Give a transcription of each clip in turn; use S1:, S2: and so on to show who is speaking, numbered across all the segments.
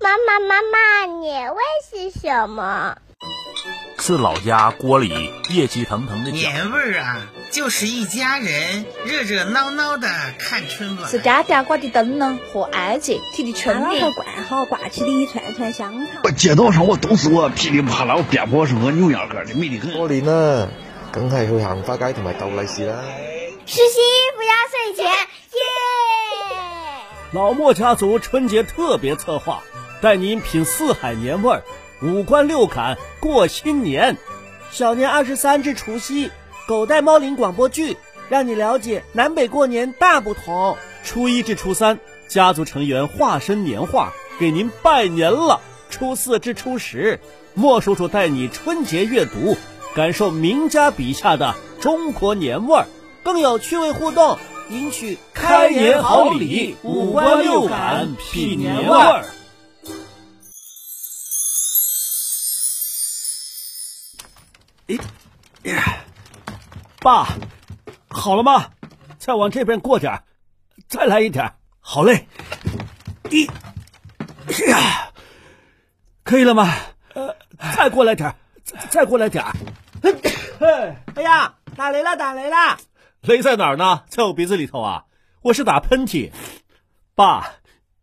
S1: 妈妈，妈妈，你为是什么？
S2: 是老家锅里热气腾腾的饺
S3: 年味儿啊，就是一家人热热闹闹的看春晚。
S4: 是家家挂的灯笼和儿子踢的春
S5: 拿那个
S4: 联，
S5: 管好挂起的一串串香肠。
S6: 我街道上我都是我噼里啪啦，我边坡上我扭秧歌的美得很。
S7: 過年啦，梗係去行花街同埋鬥利是啦。
S1: 十七不压岁钱，耶！
S8: 老莫家族春节特别策划，带您品四海年味儿，五官六感过新年。小年二十三至除夕，狗带猫铃广播剧让你了解南北过年大不同。初一至初三，家族成员化身年画给您拜年了。初四至初十，莫叔叔带你春节阅读，感受名家笔下的中国年味儿，更有趣味互动，赢取开年好礼，五官六感品年味儿。爸，好了吗？再往这边过点儿，再来一点儿。好嘞，一，哎呀，可以了吗？呃，再过来点儿，再再过来点儿。 哎呀，打雷了，打雷了！雷在哪儿呢？在我鼻子里头啊！我是打喷嚏。爸，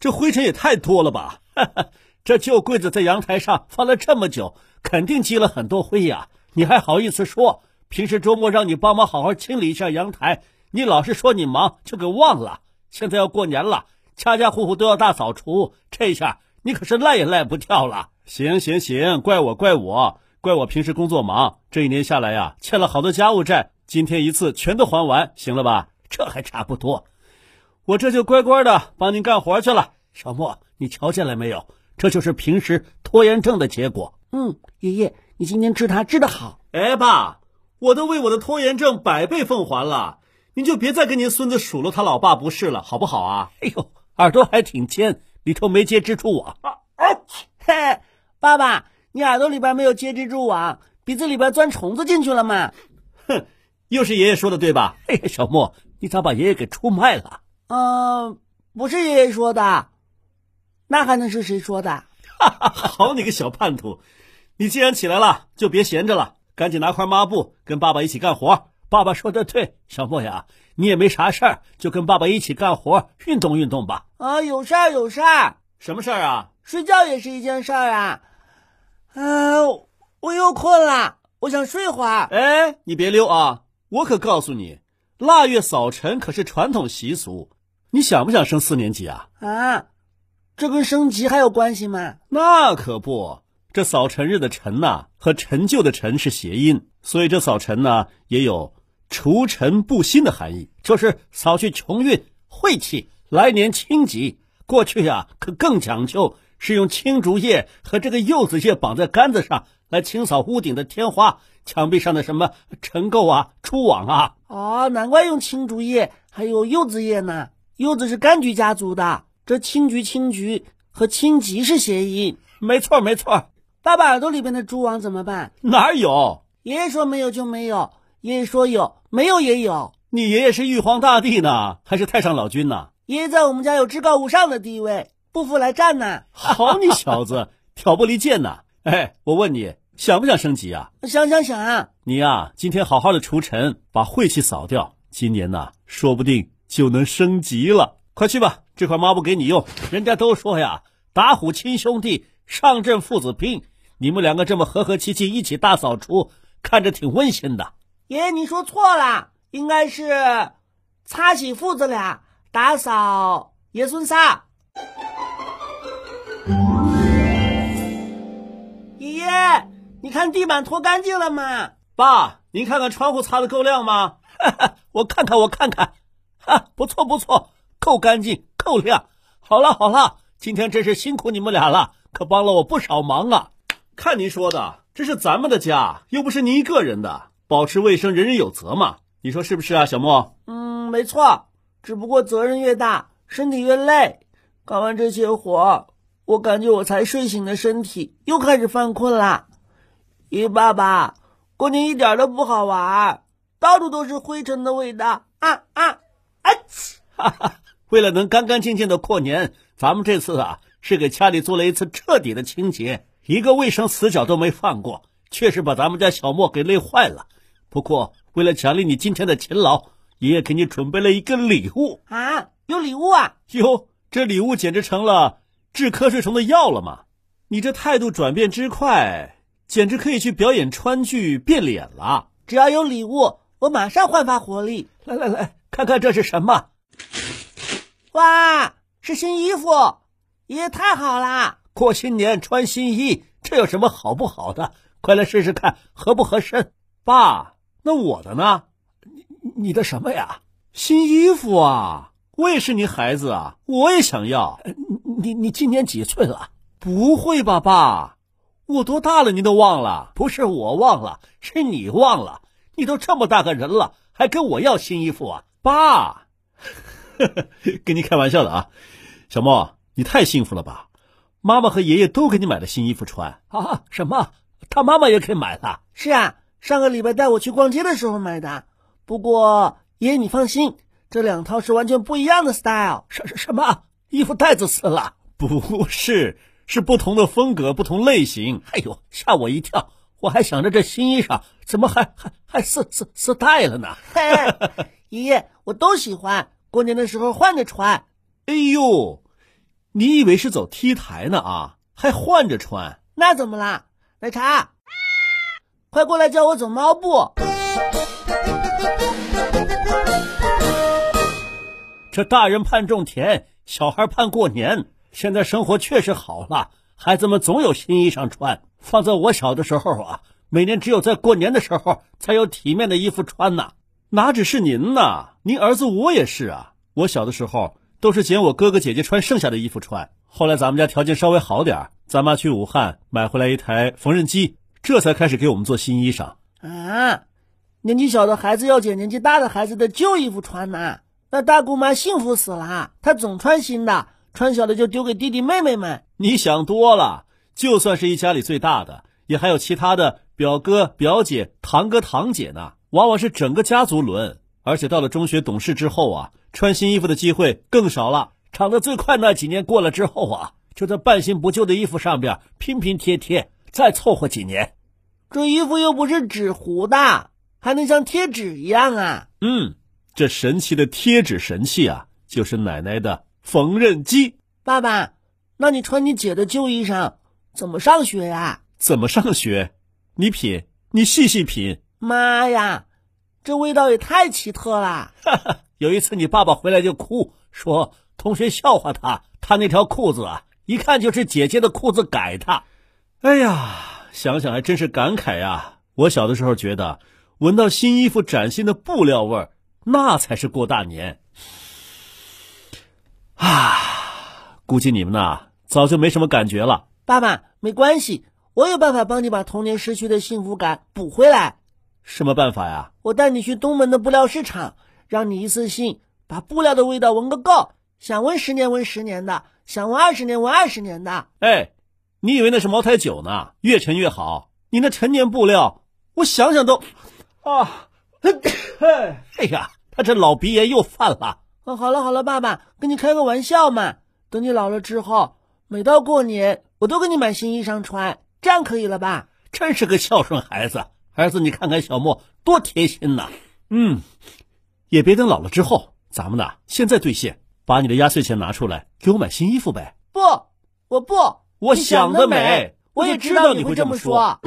S8: 这灰尘也太多了吧！ 这旧柜子在阳台上放了这么久，肯定积了很多灰呀、你还好意思说？平时周末让你帮忙好好清理一下阳台，你老是说你忙，就给忘了。现在要过年了，家家户户都要大扫除，这下你可是赖也赖不掉了。行行行，怪我怪我怪我平时工作忙，这一年下来呀、欠了好多家务债，今天一次全都还完，行了吧？这还差不多。我这就乖乖的帮您干活去了。小莫，你瞧见了没有？这就是平时拖延症的结果。嗯，爷爷，你今天治他治得好。哎，爸，我都为我的拖延症百倍奉还了，您就别再跟您孙子数落他老爸不是了，好不好啊？哎呦，耳朵还挺尖，里头没接蜘蛛网。嘿，爸爸，你耳朵里边没有接蜘蛛网，鼻子里边钻虫子进去了吗？哼，又是爷爷说的对吧？嘿，小莫，你咋把爷爷给出卖了？嗯、不是爷爷说的，那还能是谁说的？好你个小叛徒！你既然起来了，就别闲着了，赶紧拿块抹布跟爸爸一起干活。爸爸说的对，小莫呀，你也没啥事儿，就跟爸爸一起干活，运动运动吧。啊，有事儿有事儿，什么事儿啊？睡觉也是一件事儿啊。啊，我又困了，我想睡会儿。哎，你别溜啊！我可告诉你，腊月扫尘可是传统习俗，你想不想升四年级啊？啊，这跟升级还有关系吗？那可不，这扫尘日的尘呐、和陈旧的陈是谐音，所以这扫尘呢、也有除尘布新的含义，就是扫去穷运、晦气，来年清吉。过去呀、可更讲究，是用青竹叶和这个柚子叶绑在杆子上来清扫屋顶的天花、墙壁上的什么尘垢啊、蛛网啊。哦，难怪用青竹叶，还有柚子叶呢。柚子是柑橘家族的，这青桔、青桔和青桔是谐音。没错，没错。爸爸耳朵里边的蛛网怎么办？哪有？爷爷说没有就没有，爷爷说有，没有也有。你爷爷是玉皇大帝呢，还是太上老君呢？爷爷在我们家有至高无上的地位，不服来战呐！好你小 子，挑拨离间呐！哎，我问你，想不想升级啊？想想想啊！你呀、今天好好的除尘，把晦气扫掉，今年呐、说不定就能升级了。快去吧，这块抹布给你用。人家都说呀，打虎亲兄弟，上阵父子兵。你们两个这么和和气气一起大扫除，看着挺温馨的。爷爷，你说错了，应该是擦洗父子俩，打扫爷孙仨。爷爷，你看地板拖干净了吗？爸，您看看窗户擦的够亮吗？ 我看看，我看看，哈，不错不错，够干净，够亮。好了好了，今天真是辛苦你们俩了，可帮了我不少忙啊。看您说的，这是咱们的家，又不是您一个人的，保持卫生，人人有责嘛。你说是不是啊，小莫？嗯，没错。只不过责任越大，身体越累。干完这些活，我感觉我才睡醒的身体又开始犯困啦。咦，爸爸，过年一点都不好玩，到处都是灰尘的味道。啊啊！啊！哈哈，为了能干干净净的过年，咱们这次啊是给家里做了一次彻底的清洁，一个卫生死角都没放过，确实把咱们家小莫给累坏了。不过为了奖励你今天的勤劳，爷爷给你准备了一个礼物啊！有礼物啊！哟，这礼物简直成了治瞌睡虫的药了嘛！你这态度转变之快，简直可以去表演川剧变脸了。只要有礼物，我马上焕发活力。来来来，看看这是什么？哇，是新衣服！爷爷太好啦！过新年穿新衣，这有什么好不好的？快来试试看合不合身。爸，那我的呢？你你的什么呀？新衣服啊！我也是你孩子啊，我也想要。呃你你今年几岁了？不会吧，爸？我多大了？您都忘了？不是我忘了，是你忘了。你都这么大个人了，还跟我要新衣服啊，爸？ 跟您开玩笑的啊，小莫，你太幸福了吧？妈妈和爷爷都给你买了新衣服穿啊？什么？他妈妈也给买了？是啊，上个礼拜带我去逛街的时候买的。不过爷爷你放心，这两套是完全不一样的 style。什什么？衣服带子撕了？不是，是不同的风格，不同类型。哎呦，吓我一跳！我还想着这新衣裳怎么还还还撕撕撕带了呢？爷爷，我都喜欢，过年的时候换着穿。哎呦，你以为是走 T 台呢啊？还换着穿？那怎么啦？奶茶，快过来教我走猫步。这大人盼种田，小孩盼过年。现在生活确实好了，孩子们总有新衣裳穿。放在我小的时候啊，每年只有在过年的时候才有体面的衣服穿呐。哪只是您呐，您儿子我也是啊。我小的时候都是捡我哥哥姐姐穿剩下的衣服穿。后来咱们家条件稍微好点儿，咱妈去武汉买回来一台缝纫机，这才开始给我们做新衣裳。啊，年纪小的孩子要捡年纪大的孩子的旧衣服穿呐。那大姑妈幸福死了，她总穿新的，穿小的就丢给弟弟妹妹们。你想多了，就算是一家里最大的，也还有其他的表哥、表姐、堂哥、堂姐呢，往往是整个家族轮。而且到了中学懂事之后啊，穿新衣服的机会更少了。长得最快那几年过了之后啊，就在半新不旧的衣服上边拼拼贴贴，再凑合几年。这衣服又不是纸糊的，还能像贴纸一样啊？嗯，这神奇的贴纸神器啊，就是奶奶的缝纫机。爸爸，那你穿你姐的旧衣裳，怎么上学呀、怎么上学？你品，你细细品。妈呀，这味道也太奇特了！有一次你爸爸回来就哭，说同学笑话他，他那条裤子啊，一看就是姐姐的裤子改的。哎呀，想想还真是感慨呀、我小的时候觉得，闻到新衣服崭新的布料味儿，那才是过大年。啊，估计你们呐，早就没什么感觉了。爸爸，没关系，我有办法帮你把童年失去的幸福感补回来。什么办法呀？我带你去东门的布料市场，让你一次性把布料的味道闻个够。想闻十年闻十年的，想闻二十年闻二十年的。哎，你以为那是茅台酒呢？越陈越好。你那陈年布料，我想想都，啊，哎呀，他这老鼻炎又犯了。哦，好了好了，爸爸，跟你开个玩笑嘛。等你老了之后，每到过年，我都给你买新衣裳穿，这样可以了吧？真是个孝顺孩子，儿子，你看看小莫多贴心呐、嗯，也别等老了之后，咱们呢现在兑现，把你的压岁钱拿出来给我买新衣服呗。不，我不，我想得美，我也知道你会这么说。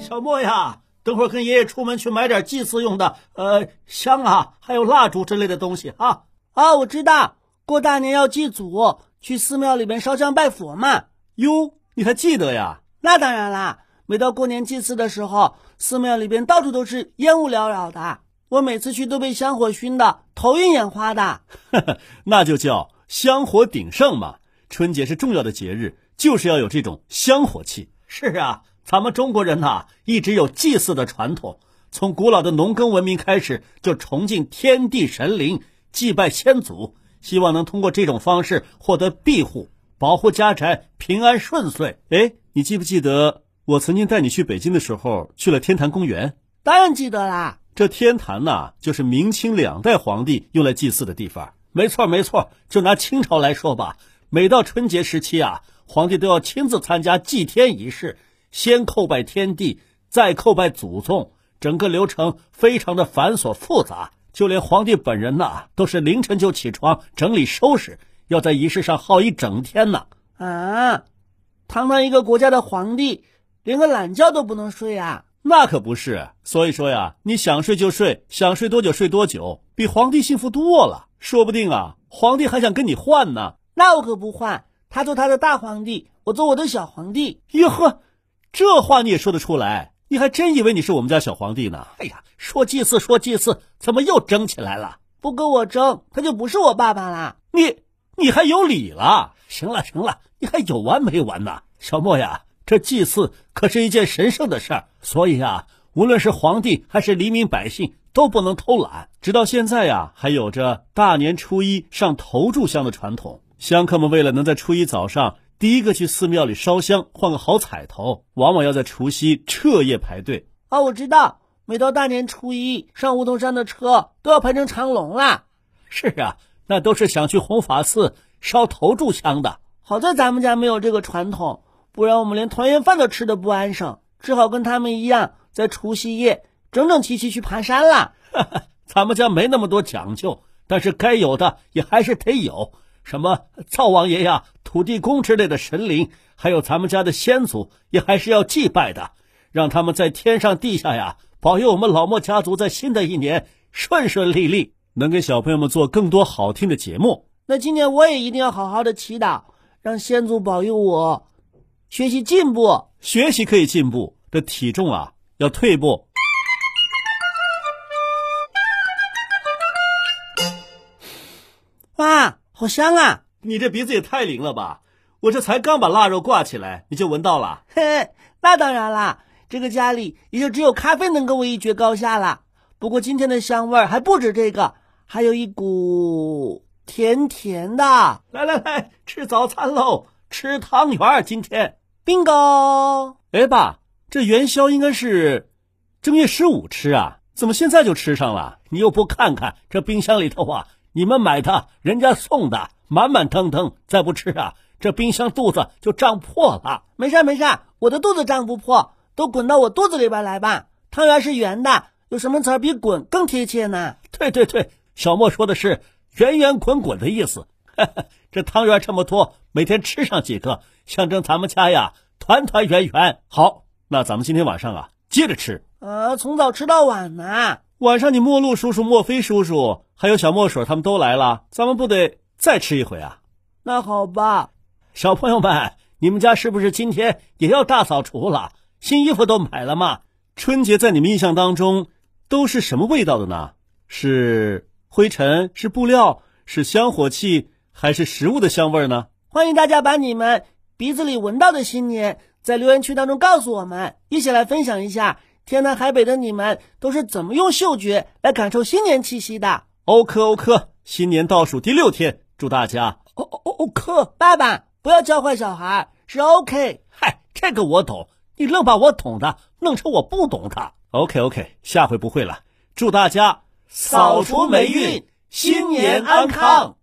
S8: 小莫呀，等会儿跟爷爷出门去买点祭祀用的，呃，香啊，还有蜡烛之类的东西啊。啊，我知道，过大年要祭祖，去寺庙里面烧香拜佛嘛。哟，你还记得呀？那当然啦，每到过年祭祀的时候，寺庙里边到处都是烟雾缭绕的，我每次去都被香火熏得头晕眼花的。 那就叫香火鼎盛嘛。春节是重要的节日，就是要有这种香火气。是啊，咱们中国人呐、一直有祭祀的传统，从古老的农耕文明开始，就崇敬天地神灵，祭拜先祖，希望能通过这种方式获得庇护，保护家宅平安顺遂。哎，你记不记得我曾经带你去北京的时候，去了天坛公园？当然记得啦。这天坛呐、就是明清两代皇帝用来祭祀的地方。没错没错，就拿清朝来说吧，每到春节时期啊，皇帝都要亲自参加祭天仪式，先叩拜天地，再叩拜祖宗，整个流程非常的繁琐复杂，就连皇帝本人呐、都是凌晨就起床整理收拾，要在仪式上耗一整天呢。
S9: 啊，堂堂一个国家的皇帝，连个懒觉都不能睡啊！
S8: 那可不是，所以说呀，你想睡就睡，想睡多久睡多久，比皇帝幸福多了。说不定啊，皇帝还想跟你换呢。
S9: 那我可不换，他做他的大皇帝，我做我的小皇帝。
S8: 哟呵，这话你也说得出来？你还真以为你是我们家小皇帝呢？哎呀，说祭祀说祭祀，怎么又争起来了？
S9: 不跟我争，他就不是我爸爸啦。
S8: 你你还有理了？行了行了，你还有完没完呐？小莫呀，这祭祀可是一件神圣的事儿，所以啊，无论是皇帝还是黎民百姓都不能偷懒。直到现在呀，还有着大年初一上头炷香的传统。香客们为了能在初一早上第一个去寺庙里烧香，换个好彩头，往往要在除夕彻夜排队。
S9: 啊，我知道，每到大年初一上梧桐山的车都要排成长龙啦。
S8: 是啊，那都是想去弘法寺烧头炷香的。
S9: 好在咱们家没有这个传统，不然我们连团圆饭都吃得不安生，只好跟他们一样，在除夕夜整整齐齐去爬山 啦。
S8: 咱们家没那么多讲究，但是该有的也还是得有，什么灶王爷呀、土地公之类的神灵，还有咱们家的先祖，也还是要祭拜的，让他们在天上地下呀，保佑我们老莫家族在新的一年顺顺利利，能给小朋友们做更多好听的节目。
S9: 那今年我也一定要好好的祈祷，让先祖保佑我学习进步。
S8: 学习可以进步，这体重啊要退步。
S9: 哇，好香啊！
S8: 你这鼻子也太灵了吧！我这才刚把腊肉挂起来，你就闻到了。
S9: 嘿，那当然啦，这个家里也就只有咖啡能跟我一决高下啦。不过今天的香味儿还不止这个，还有一股甜甜的
S8: 来来来，吃早餐喽，吃汤圆儿。今天，
S9: bingo。
S8: 哎爸，这元宵应该是正月十五吃啊，怎么现在就吃上了？你又不看看这冰箱里头啊，你们买的，人家送的，满满腾腾，再不吃啊，这冰箱肚子就胀破了。
S9: 没事儿没事儿，我的肚子胀不破，都滚到我肚子里边来吧。汤圆是圆的，有什么词儿比滚更贴切呢？
S8: 对对对，小莫说的是圆圆滚滚的意思。这汤圆这么多，每天吃上几个，象征咱们家呀团团圆圆。好，那咱们今天晚上啊接着吃。
S9: 呃，从早吃到晚呢、
S8: 晚上你末路叔叔、墨菲叔叔还有小墨水他们都来了，咱们不得再吃一回啊？
S9: 那好吧，
S8: 小朋友们，你们家是不是今天也要大扫除了？新衣服都买了吗？春节在你们印象当中都是什么味道的呢？是灰尘？是布料？是香火气？还是食物的香味儿呢？
S9: 欢迎大家把你们鼻子里闻到的新年在留言区当中告诉我们，一起来分享一下天南海北的你们都是怎么用嗅觉来感受新年气息的。
S8: 欧科欧科，新年倒数第六天，祝大家
S9: 哦哦哦，克爸爸不要教坏小孩，是 OK。
S8: 嗨，这个我懂，你愣把我懂的弄成我不懂的。OK OK，下回不会了。祝大家
S9: 扫除霉运新年安康。